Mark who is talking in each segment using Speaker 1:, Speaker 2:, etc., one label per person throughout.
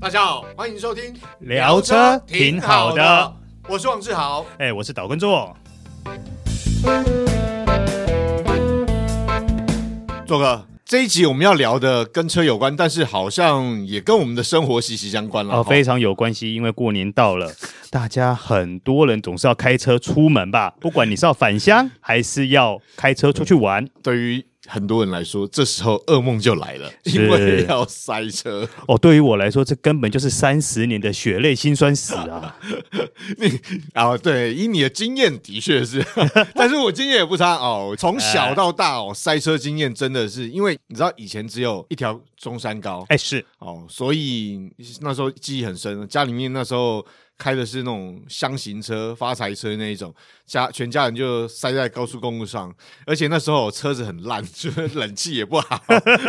Speaker 1: 大家好，欢迎收听
Speaker 2: 聊车挺好的，
Speaker 1: 我是王志豪。
Speaker 2: 哎、我是岛根座。
Speaker 1: 做哥，这一集我们要聊的跟车有关，但是好像也跟我们的生活息息相关了。
Speaker 2: 哦，
Speaker 1: 哈
Speaker 2: 非常有关系，因为过年到 了，大家很多人总是要开车出门吧，不管你是要返乡还是要开车出去玩。
Speaker 1: 对于很多人来说，这时候噩梦就来了，因为要塞车。
Speaker 2: 哦，对于我来说，这根本就是三十年的血泪辛酸史啊！
Speaker 1: 你啊，对，以你的经验的确 是，但是我经验也不差哦。从
Speaker 2: 哎
Speaker 1: 小到大哦，塞车经验真的是，因为你知道以前只有一条中山高
Speaker 2: 哎，是
Speaker 1: 哦，所以那时候记忆很深。家里面那时候开的是那种箱型车、发财车那一种，家全家人就塞在高速公路上，而且那时候车子很烂， 就是冷气也不好，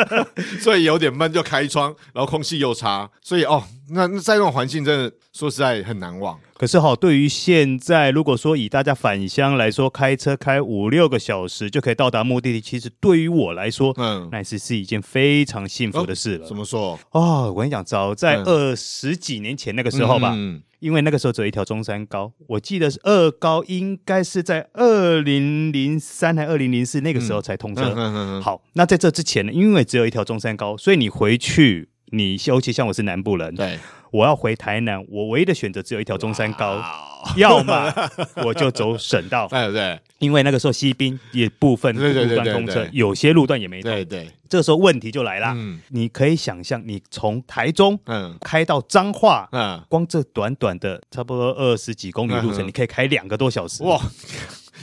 Speaker 1: 所以有点闷，就开窗，然后空气又差，所以哦，那那在那种环境真的说实在很难忘。
Speaker 2: 可是哈、对于现在如果说以大家返乡来说，开车开五六个小时就可以到达目的地，其实对于我来说，
Speaker 1: 嗯，
Speaker 2: 那是是一件非常幸福的事了
Speaker 1: 怎。么说？
Speaker 2: 哦，我跟你讲，早在
Speaker 1: 嗯
Speaker 2: 二十几年前那个时候吧，
Speaker 1: 嗯
Speaker 2: 因为那个时候只有一条中山高，我记得是二高应该是在二零零三还二零零四那个时候才通
Speaker 1: 嗯嗯
Speaker 2: 车。
Speaker 1: 嗯嗯，
Speaker 2: 好，那在这之前呢，因为只有一条中山高，所以你回去，你尤其像我是南部人，
Speaker 1: 对，
Speaker 2: 我要回台南，我唯一的选择只有一条中山高，要么我就走省 道，
Speaker 1: 哎对
Speaker 2: 因为那个时候西滨也部分
Speaker 1: 对对
Speaker 2: 路
Speaker 1: 对
Speaker 2: 段
Speaker 1: 对
Speaker 2: 通车
Speaker 1: 对，
Speaker 2: 有些路段也没通。
Speaker 1: 对对，
Speaker 2: 这时候问题就来了，
Speaker 1: 嗯
Speaker 2: 你可以想象，你从台中
Speaker 1: 嗯
Speaker 2: 开到彰化，
Speaker 1: 嗯，
Speaker 2: 光这短短的差不多二十几公里路
Speaker 1: 嗯
Speaker 2: 程，
Speaker 1: 嗯
Speaker 2: 你可以开两个多小 时。
Speaker 1: 哇，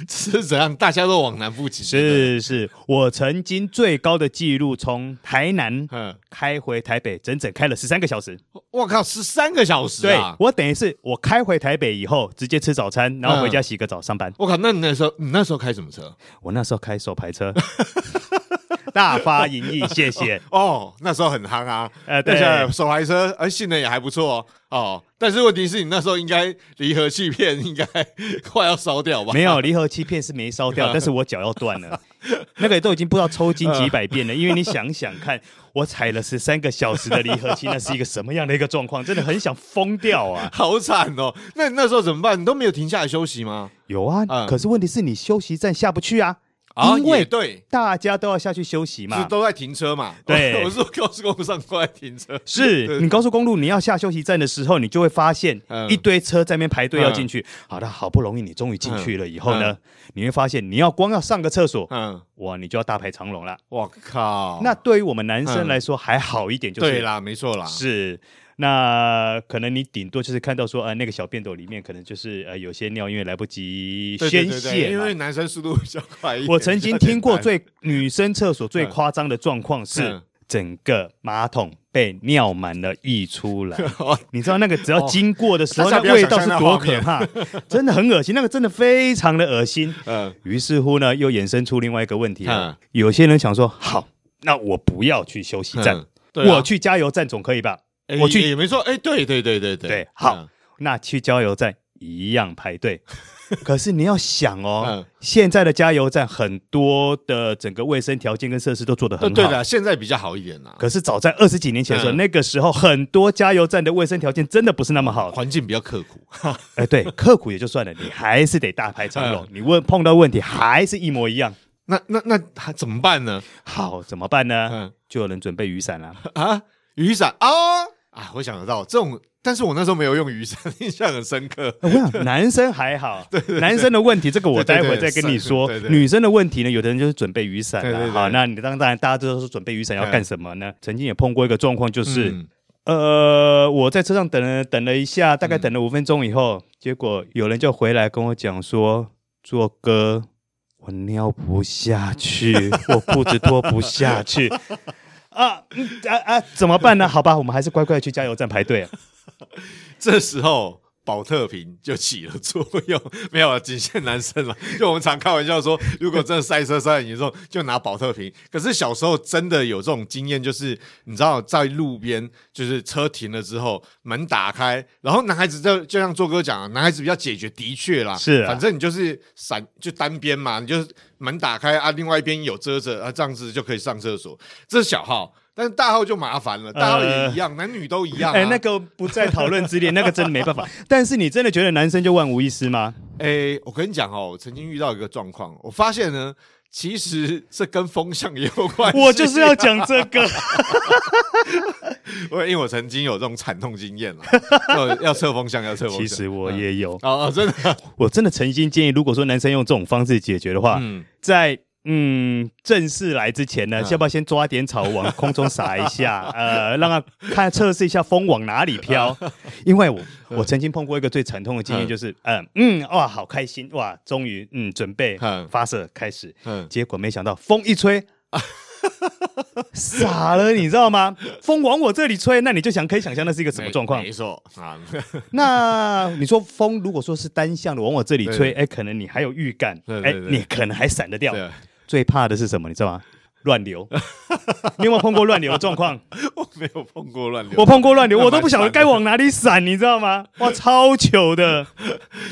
Speaker 1: 这是怎样？大家都往南部挤，
Speaker 2: 是是，我曾经最高的记录从台南
Speaker 1: 嗯，
Speaker 2: 开回台北，整整开了十三个小时。
Speaker 1: 我靠，十三个小时
Speaker 2: 对
Speaker 1: 啊！
Speaker 2: 我等于是我开回台北以后，直接吃早餐，然后回
Speaker 1: 嗯
Speaker 2: 家洗个澡上班。
Speaker 1: 我靠，那你那时候你那时候开什么车？
Speaker 2: 我那时候开手 排车，大发盈利，谢谢。
Speaker 1: 哦，那时候很夯啊，
Speaker 2: 呃，
Speaker 1: 那
Speaker 2: 对
Speaker 1: 时，候手排车，而性能也还不错哦。但是问题是你那时候应该离合器片应该快要烧掉吧？
Speaker 2: 没有离合器片是没烧 掉，但是我脚要断了， 那个都已经不知道抽筋几百遍 了。因为你想想看，我踩了十三个小时的离合器，那是一个什么样的一个状况？真的很想疯掉啊！
Speaker 1: 好惨哦！那你那时候怎么办？你都没有停下来休息吗？
Speaker 2: 有啊，
Speaker 1: 嗯
Speaker 2: 可是问题是你休息站下不去啊，
Speaker 1: 啊，
Speaker 2: 因为
Speaker 1: 也对，
Speaker 2: 大家都要下去休息
Speaker 1: 是
Speaker 2: 嘛。
Speaker 1: 都在停车嘛？
Speaker 2: 对
Speaker 1: 我我是说高速公路上都在停车。
Speaker 2: 是你高速公路，你要下休息站的时候，你就会发现
Speaker 1: 嗯
Speaker 2: 一堆车在那边排队要
Speaker 1: 嗯
Speaker 2: 进去。好的，好不容易你终于进去了以后呢，你会发现你要光要上个厕所，
Speaker 1: 嗯，
Speaker 2: 哇，你就要大排长龙了。
Speaker 1: 我靠，
Speaker 2: 那对于我们男
Speaker 1: 哦嗯
Speaker 2: 生来说还好一点，就是
Speaker 1: 对啦，没错啦，
Speaker 2: 是，那可能你顶多就是看到说，呃，那个小便斗里面可能就是呃有些尿，因为来不及
Speaker 1: 对
Speaker 2: 宣
Speaker 1: 对对对
Speaker 2: 泄
Speaker 1: 因为
Speaker 2: 嘛。
Speaker 1: 男生速度比较快一点。
Speaker 2: 我曾经听过
Speaker 1: 比较简
Speaker 2: 最女生厕所最
Speaker 1: 嗯
Speaker 2: 夸张的状况是
Speaker 1: 嗯，
Speaker 2: 整个马桶被尿满了溢出来。
Speaker 1: 单哦
Speaker 2: 你知道那个只要
Speaker 1: 哦
Speaker 2: 经过的时候，
Speaker 1: 大家
Speaker 2: 那
Speaker 1: 不要
Speaker 2: 味道
Speaker 1: 想
Speaker 2: 是
Speaker 1: 象
Speaker 2: 多
Speaker 1: 那画
Speaker 2: 可
Speaker 1: 面
Speaker 2: 怕，真的很恶心，那个真的非常的恶心。
Speaker 1: 嗯
Speaker 2: 于是乎呢，又衍生出另外一个问题了
Speaker 1: 嗯。
Speaker 2: 有些人想说，好，那我不要去休息站
Speaker 1: 嗯，对啊
Speaker 2: 我去加油站总可以吧？
Speaker 1: 哎
Speaker 2: 我去
Speaker 1: 也也没错，哎，对对对对对嗯
Speaker 2: 对好那去加油站一样排队。 可是你要想哦，
Speaker 1: 嗯
Speaker 2: 现在的加油站很多的整个卫生条件跟设施都做得很
Speaker 1: 嗯
Speaker 2: 好。
Speaker 1: 对的，现在比较好一点啦，
Speaker 2: 可是早在二十几年前的时候，
Speaker 1: 嗯
Speaker 2: 那个时候很多加油站的卫生条件真的不是那么好。
Speaker 1: 环境比较刻苦，
Speaker 2: 哎，对，刻苦也就算了，你还是得大排长
Speaker 1: 嗯
Speaker 2: 龙。你问碰到问题还是一模一样。
Speaker 1: 那那那还怎么办呢？
Speaker 2: 好，怎么办呢？
Speaker 1: 嗯
Speaker 2: 就有人准备雨伞啦、
Speaker 1: 啊，雨伞啊啊，我想得到这种，但是我那时候没有用雨伞， 印象很深刻。
Speaker 2: 我想男生还 好，男生的问题这个我
Speaker 1: 对对
Speaker 2: 待
Speaker 1: 对
Speaker 2: 会再跟你说。
Speaker 1: 对对对
Speaker 2: 女生的问题呢，有的人就是准备雨伞
Speaker 1: 对对
Speaker 2: 啦。
Speaker 1: 对
Speaker 2: 好，那你当当然大家都说准备雨伞要干什么呢？曾经也碰过一个状况，就是
Speaker 1: 嗯
Speaker 2: 呃，我在车上等了等了一下，大概等了五分钟以
Speaker 1: 嗯
Speaker 2: 后，结果有人就回来跟我讲说：“做哥，我尿不下 去，我裤子脱不下去。”啊嗯啊啊！怎么办呢？好吧，我们还是乖乖去加油站排队啊。
Speaker 1: 这时候。保特瓶就起了作用，没有了，啊仅限男生了。就我们常开玩笑说，如果真的塞车塞很严重，就拿保特瓶。可是小时候真的有这种经验，就是你知道，在路边就是车停了之后，门打开，然后男孩子就就像做哥讲，男孩子比较解决，的确啦，
Speaker 2: 是啊
Speaker 1: 反正你就是闪就单边嘛，你就是门打开啊，另外一边有遮着啊，这样子就可以上厕所。这是小号。但是大号就麻烦了，大号也一样，男女都一样、啊。
Speaker 2: 呃 哎、那个不在讨论 之列，那个真的没办法。但是你真的觉得男生就万无一失 吗？
Speaker 1: 哎，我跟你讲哦，我曾经遇到一个状况，我发现呢，其 实这跟风向也有关系。
Speaker 2: 我就是要讲这个，
Speaker 1: 我， 因为我曾经有这种惨痛经验了，啊 要要测风向，要测风向。
Speaker 2: 其实我也有，
Speaker 1: 哦哦，真的，
Speaker 2: 我真的诚心建议，如果说男生用这种方式解决的话，
Speaker 1: 嗯，
Speaker 2: 在嗯正式来之前呢，
Speaker 1: 嗯
Speaker 2: 要不要先抓点草往空中撒一下？ 呃，让他看测试一下风往哪里 飘。因为我我曾经碰过一个最惨痛的经验，
Speaker 1: 嗯
Speaker 2: 就是嗯嗯哇，好开心哇，终于嗯准备
Speaker 1: 嗯
Speaker 2: 发射开始，
Speaker 1: 嗯
Speaker 2: 结果没想到风一吹。 傻了，你知道吗？风往我这里吹，那你就想可以想象那是一个什么状况
Speaker 1: 没？没错啊，
Speaker 2: 那你说风如果说是单向的往我这里吹，
Speaker 1: 对对
Speaker 2: 哎、可能你还有预感，
Speaker 1: 对
Speaker 2: 哎、
Speaker 1: 对对
Speaker 2: 你可能还闪 得掉。
Speaker 1: 对，啊
Speaker 2: 最怕的是什么？你知道吗？乱流。你有没有碰过乱流的状况？
Speaker 1: 我没有 碰过乱流，
Speaker 2: 我碰过乱流，
Speaker 1: 那蛮
Speaker 2: 我都不晓得该往哪里闪，你知道吗？哇，超糗的。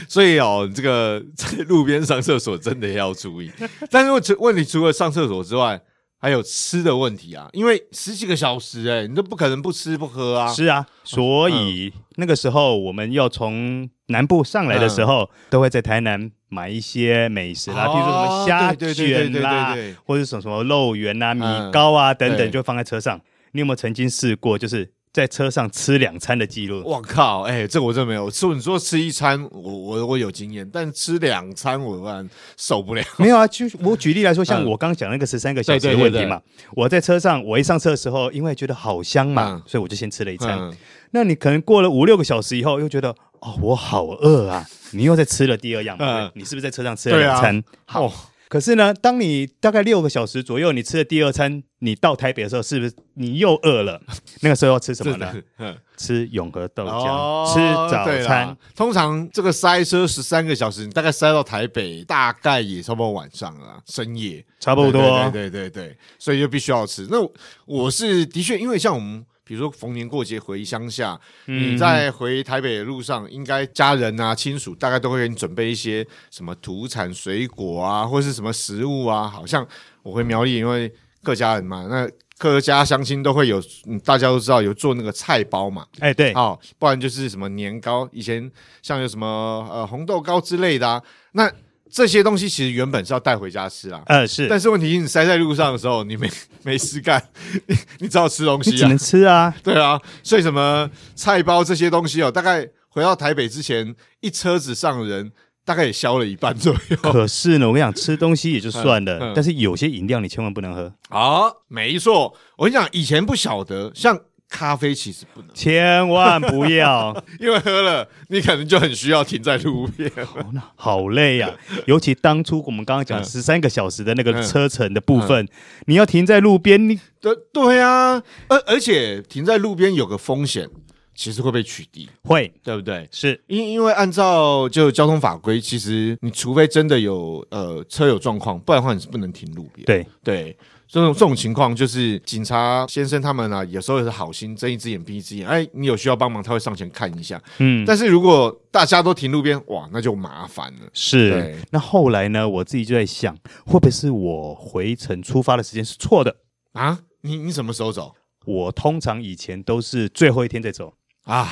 Speaker 1: 所以哦，这个在路边上厕所真的要注 意。但是问除问题，除了上厕所之外，还有吃的问题啊，因为十几个小时哎、你都不可能不吃不喝啊。
Speaker 2: 是啊，嗯所以那个时候我们要从南部上来的时候，都会在台南买一些美食啦，
Speaker 1: 哦
Speaker 2: 比如说什么虾
Speaker 1: 对对对对对
Speaker 2: 卷啦
Speaker 1: 对对对，
Speaker 2: 或者什么什么肉圆啊、米
Speaker 1: 嗯
Speaker 2: 糕啊等等，
Speaker 1: 对
Speaker 2: 就放在车上。你有没有曾经试过，就是在车上吃两餐的记录？
Speaker 1: 我靠，哎、这我真没有。吃你说吃一餐，我我我有经验，但吃两餐我突然受不了。
Speaker 2: 没有啊，就我举例来说，像
Speaker 1: 嗯
Speaker 2: 我刚刚讲那个十三个小时的
Speaker 1: 对对
Speaker 2: 问
Speaker 1: 对
Speaker 2: 题嘛，我在车上，我一上车的时候，因为觉得好香嘛，
Speaker 1: 嗯
Speaker 2: 所以我就先吃了一 餐。
Speaker 1: 嗯，
Speaker 2: 那你可能过了五六个小时以后，又觉得哦，我好饿啊，你又在吃了第二样嘛，
Speaker 1: 嗯啊
Speaker 2: 你是不是在车上吃了两餐？
Speaker 1: 好、
Speaker 2: 可是呢，当你大概六个小时左右，你吃了第二餐，你到台北的时候，是不是你又 饿了？那个时候要吃什么
Speaker 1: 真
Speaker 2: 呢
Speaker 1: 的？。嗯
Speaker 2: 吃永和豆浆，
Speaker 1: 哦
Speaker 2: 吃早
Speaker 1: 对
Speaker 2: 餐
Speaker 1: 啦。通常这个塞车十三个小时，你大概塞到台北，大概也差不多晚上了啊，深夜
Speaker 2: 差不多
Speaker 1: 对对对对对，所以就必须要吃。那我我是的确，因为像我们。比如说逢年过节回乡下，
Speaker 2: 嗯
Speaker 1: 你在回台北的路上，应该家人啊、亲属大概都会给你准备一些什么土产水果啊，或是什么食物啊。好像我回苗栗，因为客家人嘛，那客家乡亲都会有，嗯大家都知道有做那个菜包嘛，
Speaker 2: 哎，对，
Speaker 1: 好、不然就是什么年糕，以前像有什么呃红豆糕之类的啊，那这些东西其实原本是要带回家吃啦。
Speaker 2: 呃，是，
Speaker 1: 但是啊问题是你塞在路上的时候，你没 没事干，你你只好吃东
Speaker 2: 你
Speaker 1: 西
Speaker 2: 只
Speaker 1: 啊
Speaker 2: 能，吃 啊。
Speaker 1: 对啊，所以什么菜包这些东西哦，大概回到台北之前，一车子上的人大概也消了一半左右。
Speaker 2: 可是呢，我跟你讲，吃东西也就算
Speaker 1: 嗯
Speaker 2: 了
Speaker 1: 嗯，
Speaker 2: 但是有些饮料你千万不能喝，
Speaker 1: 好、没错，我跟你讲，以前不晓得，像咖啡其实不能，
Speaker 2: 千万不要，
Speaker 1: 因为喝了你可能就很需要停在路边。
Speaker 2: 哦那 好累呀、尤其当初我们刚刚讲
Speaker 1: 嗯
Speaker 2: 十三个小时的那个
Speaker 1: 嗯
Speaker 2: 车程的部分，你要停在路边，你
Speaker 1: 对对啊，而而且停在路边有个风险，其实会被取缔，
Speaker 2: 会
Speaker 1: 对不对？
Speaker 2: 是
Speaker 1: 因因为按照就交通法规，其实你除非真的有呃车有状况，不然的话你是不能停路边。
Speaker 2: 对，
Speaker 1: 对，这种这种情况就是警察先生他们啊，有时候也是好心睁一只眼闭一只眼，哎，你有需要帮忙，他会上前看一下。
Speaker 2: 嗯，
Speaker 1: 但是如果大家都停路边，哇，那就麻烦了。
Speaker 2: 是
Speaker 1: 对。
Speaker 2: 那后来呢，我自己就在想，会不会是我回程出发的时间是错的？
Speaker 1: 啊，你你什么时候走？
Speaker 2: 我通常以前都是最后一天再走，
Speaker 1: 啊，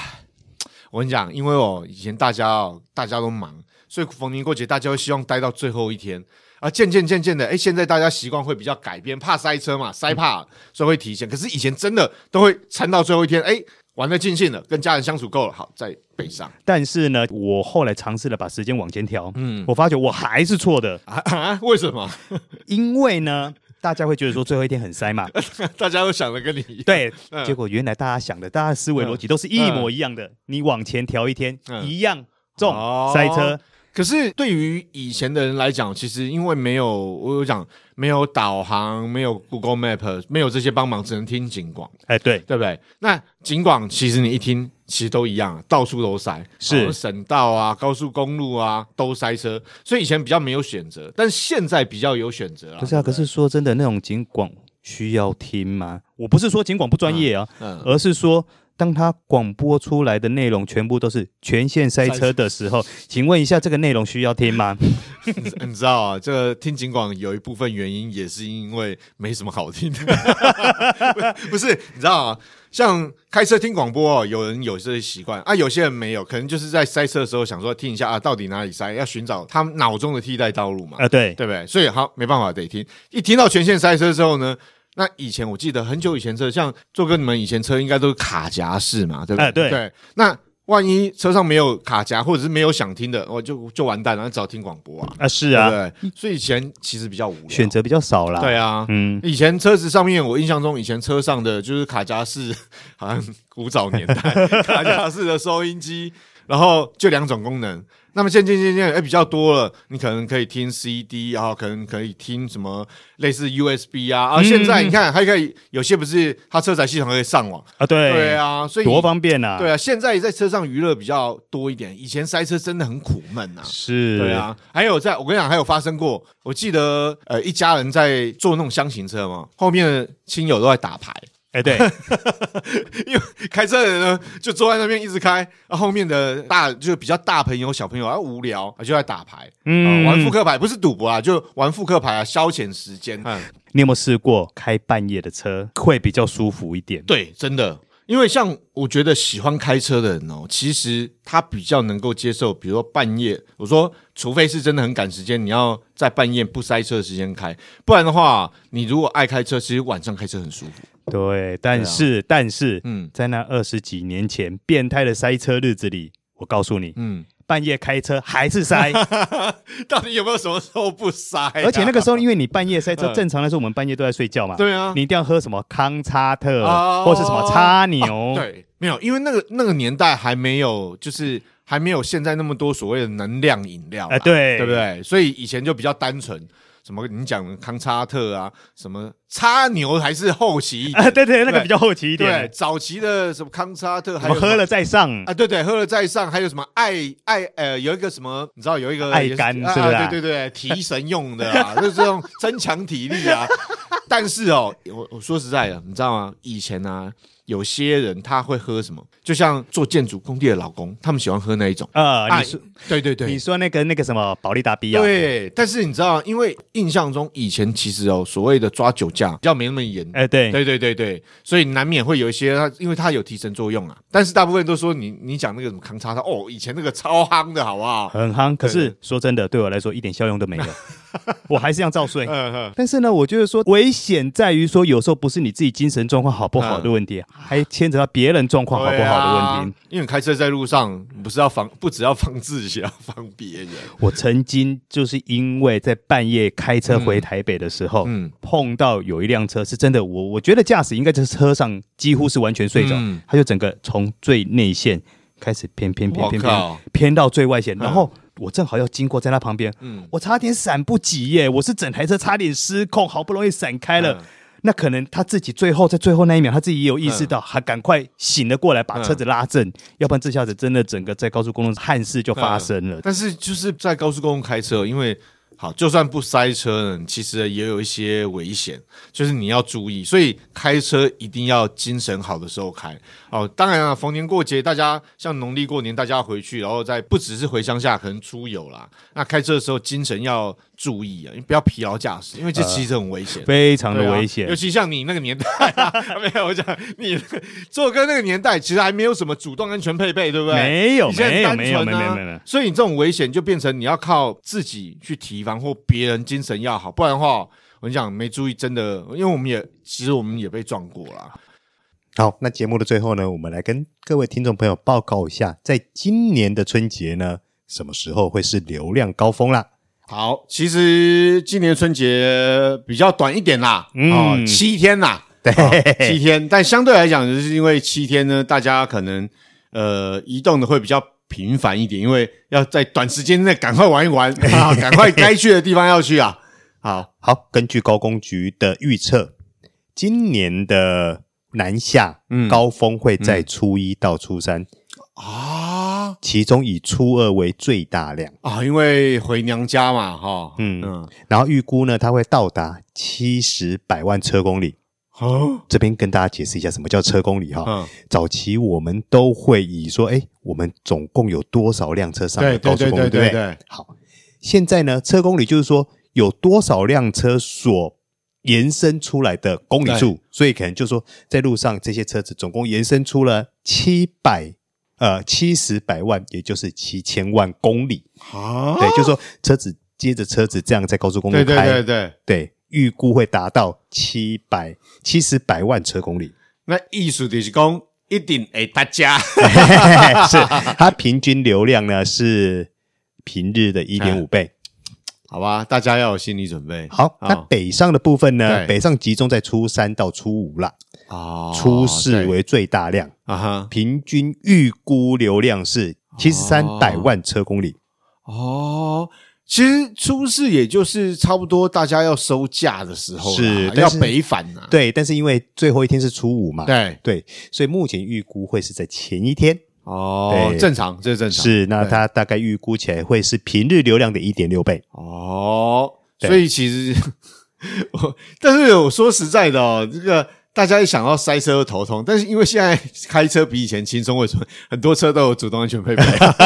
Speaker 1: 我跟你讲，因为哦，以前大家哦，大家都忙，所以逢年过节大家会希望待到最后一天啊。渐渐渐渐的，哎，现在大家习惯会比较改变，怕塞车嘛，塞怕，所以会提前。可是以前真的都会撑到最后一天，哎，玩的尽兴了，跟家人相处够了，好再北上
Speaker 2: 但是呢，我后来尝试了把时间往前调，嗯，我发觉我还是错的，
Speaker 1: 啊啊？为什么？
Speaker 2: 因为呢，大家会觉得说最后一天很塞嘛，
Speaker 1: 大家都想的跟你一样。
Speaker 2: 对，
Speaker 1: 嗯
Speaker 2: 结果原来大家想的，大家的思维逻辑都是一模一样的。你往前调一天，
Speaker 1: 嗯
Speaker 2: 一样重
Speaker 1: 哦
Speaker 2: 塞车，
Speaker 1: 可是对于以前的人来讲，其实因为没有我有讲没有导航，没有 Google Map，没有这些帮忙，只能听警广。
Speaker 2: 哎，对，
Speaker 1: 对不对？那尽管其实你一听，其实都一样，啊到处都塞，
Speaker 2: 是
Speaker 1: 然后省道啊、高速公路啊都塞车，所以以前比较没有选择，但现在比较有选择了。
Speaker 2: 不是啊。可是说真的，那种警广需要听吗？我不是说警广不专业啊，
Speaker 1: 嗯，
Speaker 2: 而是说当他广播出来的内容全部都是全线塞车的时候，请问一下，这个内容需要 听吗？
Speaker 1: 你你知道啊，这个听警广有一部分原因也是因为没什么好听 的，不是？你知道啊，像开车听广播、哦，有人有这些习惯啊，有些人没有，可能就是在塞车的时候想说听一下啊，到底哪里塞，要寻找他脑中的替代道路嘛，
Speaker 2: 啊，对，
Speaker 1: 对不对？所以好，没办法得听。一听到全线塞车之后呢，那以前我记得很久以前车，像做哥你们以前车应该都是卡夹式嘛，对不对？
Speaker 2: 哎对
Speaker 1: 对，那。万一车上没有卡夹，或者是没有想听的，我就就完蛋了，那只好听广播啊。
Speaker 2: 啊，是啊，
Speaker 1: 对不对？所以以前其实比较无聊，
Speaker 2: 选择比较少啦。
Speaker 1: 对啊。
Speaker 2: 嗯，
Speaker 1: 以前车子上面，我印象中以前车上的就是卡夹式，好像古早年代卡夹式的收音机，然后就两种功能。那么渐渐渐渐，哎，比较多了，你可能可以听 CD，然后可能可以听什么类似 USB 啊，
Speaker 2: 嗯
Speaker 1: 啊，现在你看还可以，有些不是它车载系统可以上网，
Speaker 2: 啊，对，
Speaker 1: 对啊，所以
Speaker 2: 多方便啊，
Speaker 1: 对啊，现在在车上娱乐比较多一点，以前塞车真的很苦闷啊。
Speaker 2: 是，
Speaker 1: 对，啊，还有在我跟你讲，还有发生过，我记得呃，一家人在坐那种箱型车嘛，后面的亲友都在打牌，
Speaker 2: 哎，对，
Speaker 1: 开车的人呢就坐在那边一直开，啊、后面的大就比较大朋友小朋友啊无聊啊就在打牌，
Speaker 2: 嗯，
Speaker 1: 啊玩复刻牌不是赌博啊，就玩复刻牌啊消遣时间，嗯，
Speaker 2: 你有没有试过开半夜的车会比较舒服一点？
Speaker 1: 对，真的。因为像我觉得喜欢开车的人哦，其实他比较能够接受，比如说半夜，我说除非是真的很赶时间，你要在半夜不塞车的时间开，不然的话，你如果爱开车，其实晚上开车很舒服。
Speaker 2: 对，但是、但是，
Speaker 1: 嗯
Speaker 2: 在那二十几年前变态的塞车日子里，我告诉你，
Speaker 1: 嗯，哎
Speaker 2: 半夜开车还是塞，
Speaker 1: 到底有没有什么时候不塞、啊
Speaker 2: 而且那个时候因为你半夜塞车，
Speaker 1: 嗯
Speaker 2: 正常来说我们半夜都在睡觉嘛，
Speaker 1: 对啊
Speaker 2: 你一定要喝什么康差特、
Speaker 1: 哦
Speaker 2: 或是什么叉牛，
Speaker 1: 对没有，因为那个那个年代还没有，就是还没有现在那么多所谓的能量饮料啦
Speaker 2: 哎对
Speaker 1: 对不对？所以以前就比较单纯。什么？你讲的康差特啊，什么差牛还是后期一点
Speaker 2: 啊，对对，那个
Speaker 1: 对
Speaker 2: 比较后期一
Speaker 1: 对，
Speaker 2: 点，
Speaker 1: 早期的什么康沙特，还
Speaker 2: 我
Speaker 1: 有
Speaker 2: 们喝了再上，
Speaker 1: 啊，对对，喝了再上，还有什么爱爱呃，有一个什么，你知道有一个
Speaker 2: 爱
Speaker 1: 也
Speaker 2: 肝
Speaker 1: 啊
Speaker 2: 是不是啊
Speaker 1: 对对对，提神用的 啊，就是这种增强体力啊。但是哦，我我说实在的，你知道吗？以前啊，有些人他会喝什么，就像做建筑工地的老公，他们喜欢喝那一种。
Speaker 2: 呃，
Speaker 1: 啊
Speaker 2: 你说、
Speaker 1: 对对
Speaker 2: 你
Speaker 1: 对。
Speaker 2: 说那个那个什么保利达比亚，
Speaker 1: 对，但是你知道，因为印象中以前其实哦，所谓的抓酒驾比较没那么严，
Speaker 2: 哎对，
Speaker 1: 对对对对，所以难免会有一些它，因为它有提神作用啊。但是大部分都说你你讲那个什么康叉叉，哦，以前那个超夯的好不好？
Speaker 2: 很夯，可
Speaker 1: 对
Speaker 2: 是说真的，对我来说一点效用都没 有，我还是要照睡。
Speaker 1: 嗯嗯，
Speaker 2: 但是呢，我觉得说危险在于说，有时候不是你自己精神状况好不好的问题，还牵扯到别人状况好不好的问
Speaker 1: 对
Speaker 2: 题
Speaker 1: 啊。因为开车在路上，不是要防，不只要防自己，也要防别人。
Speaker 2: 我曾经就是因为在半夜开车回台北的时候，
Speaker 1: 嗯，
Speaker 2: 碰到有一辆车是真的，我我觉得驾驶应该就是车上几乎是完全睡着，
Speaker 1: 嗯
Speaker 2: 他就整个从最内线开始偏偏偏
Speaker 1: 我
Speaker 2: 偏偏
Speaker 1: 靠
Speaker 2: 偏到最外线，然后我正好要经过在他旁边，
Speaker 1: 嗯
Speaker 2: 我差点闪不及耶，我是整台车差点失控，好不容易闪开了。
Speaker 1: 嗯
Speaker 2: 那可能他自己最后在最后那一秒，他自己也有意识到，
Speaker 1: 嗯
Speaker 2: 还赶快醒了过来，把车子拉正，要不然这下子真的整个在高速公路憾事就发生了。
Speaker 1: 但是就是在高速公路开车，因为好，就算不塞车呢，其实也有一些危险，就是你要注意。所以开车一定要精神好的时候开。哦，当然啊，逢年过节，大家像农历过年，大家回去，然后在不只是回乡下，可能出游啦。那开车的时候精神要注意啊，你不要疲劳驾驶，因为这其实很危险。
Speaker 2: 非常
Speaker 1: 对
Speaker 2: 的
Speaker 1: 啊
Speaker 2: 危险
Speaker 1: 尤。其像你那个年代、啊， 没有我讲你做哥那个年代，其实还没有什么主动安全配备，对不对？
Speaker 2: 没有
Speaker 1: 你现在
Speaker 2: 没有
Speaker 1: 单
Speaker 2: 没有
Speaker 1: 纯
Speaker 2: 没有
Speaker 1: 啊
Speaker 2: 没有没 有
Speaker 1: 所以你这种危险就变成你要靠自己去提防，或别人精神要好，不然的话，我跟你讲没注意真的，因为我们也其实我们也被撞过啦。
Speaker 3: 好，那节目的最后呢，我们来跟各位听众朋友报告一下，在今年的春节呢，什么时候会是流量高峰啦？
Speaker 1: 好，其实今年春节比较短一点啦，
Speaker 2: 嗯
Speaker 1: 哦，七天啦，哦
Speaker 3: 对，
Speaker 1: 七天，但相对来讲，就是因为七天呢，大家可能呃移动的会比较频繁一点，因为要在短时间内赶快玩一玩啊，赶快该去的地方要去啊。好，
Speaker 3: 好，根据高工局的预测，今年的南下
Speaker 1: 嗯
Speaker 3: 高峰会在初一到初
Speaker 2: 嗯
Speaker 3: 三，
Speaker 1: 啊
Speaker 3: 其中以初二为最大量，
Speaker 1: 啊，因为回娘家嘛，哈，嗯
Speaker 3: 嗯
Speaker 1: 嗯，
Speaker 3: 然后预估呢，它会到达七十百万车公里。
Speaker 1: 哦，
Speaker 2: 这边跟大家解释一下什么叫车公里哈。
Speaker 1: 嗯，
Speaker 2: 早期我们都会以说，哎，我们总共有多少辆车上
Speaker 1: 对
Speaker 2: 了
Speaker 1: 对
Speaker 2: 高速
Speaker 1: 对
Speaker 2: 公路，
Speaker 1: 对
Speaker 2: 对不对？
Speaker 1: 对，
Speaker 2: 好，现在呢，车公里就是说有多少辆车所延伸出来的公里数，所以可能就说在路上这些车子总共延伸出了七百呃七十百万，也就是七千万公里。
Speaker 1: 啊，
Speaker 2: 对，就是说车子接着车子这样在高速公路
Speaker 1: 对
Speaker 2: 开，
Speaker 1: 对对对，
Speaker 2: 对预估会达到七百七十百万车公里。
Speaker 1: 那艺术就是讲一定诶，大家
Speaker 2: 是它平均流量呢是平日的一点五倍。 哦
Speaker 1: 好吧，大家要有心理准备。
Speaker 2: 好，那北上的部分
Speaker 1: 对
Speaker 2: 呢，北上集中在初三到初五啦，
Speaker 1: 哦，
Speaker 2: 初四
Speaker 1: 对
Speaker 2: 为最大量，
Speaker 1: 啊哈，
Speaker 2: 平均预估流量是七十三百万车公里。
Speaker 1: 哦。其实初四也就是差不多大家要收假的时候啦，
Speaker 2: 是但
Speaker 1: 要
Speaker 2: 是
Speaker 1: 北返呐、
Speaker 2: 对，但是因为最后一天是初五嘛，
Speaker 1: 对，
Speaker 2: 嗯对，所以目前预估会是在前一天。
Speaker 1: 哦，
Speaker 2: 对
Speaker 1: 正常，这是正常。
Speaker 2: 是，那
Speaker 1: 对
Speaker 2: 它大概预估起来会是平日流量的一点六倍。
Speaker 1: 哦，
Speaker 2: 对
Speaker 1: 所以其实 我，但是我说实在的哦，这个大家一想到塞车就头痛，但是因为现在开车比以前轻松，为什么很多车都有主动安全配备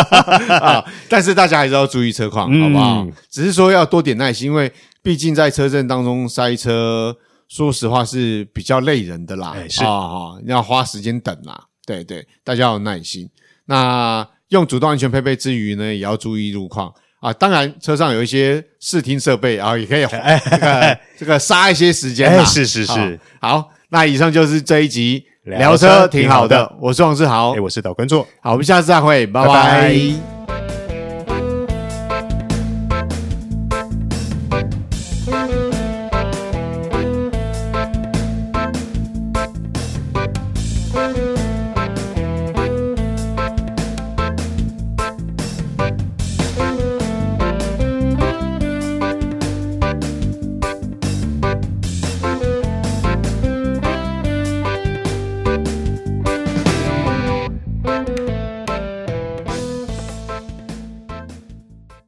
Speaker 1: 啊？但是大家还是要注意车况，
Speaker 2: 嗯
Speaker 1: 好不好？只是说要多点耐心，因为毕竟在车阵当中塞车，说实话是比较累人的啦，
Speaker 2: 哎是
Speaker 1: 啊、啊要花时间等啦。对对，大家要有耐心。那用主动安全配备之余呢，也要注意路况啊。当然，车上有一些视听设备啊，也可 以这个这个杀一些时间啦。啊
Speaker 2: 哎是是是
Speaker 1: 好。好，那以上就是这一集
Speaker 2: 聊车挺好的
Speaker 1: 我是王志豪
Speaker 2: 哎、，我是导观众。
Speaker 1: 好，我们下次再会，拜
Speaker 2: 拜拜
Speaker 1: 拜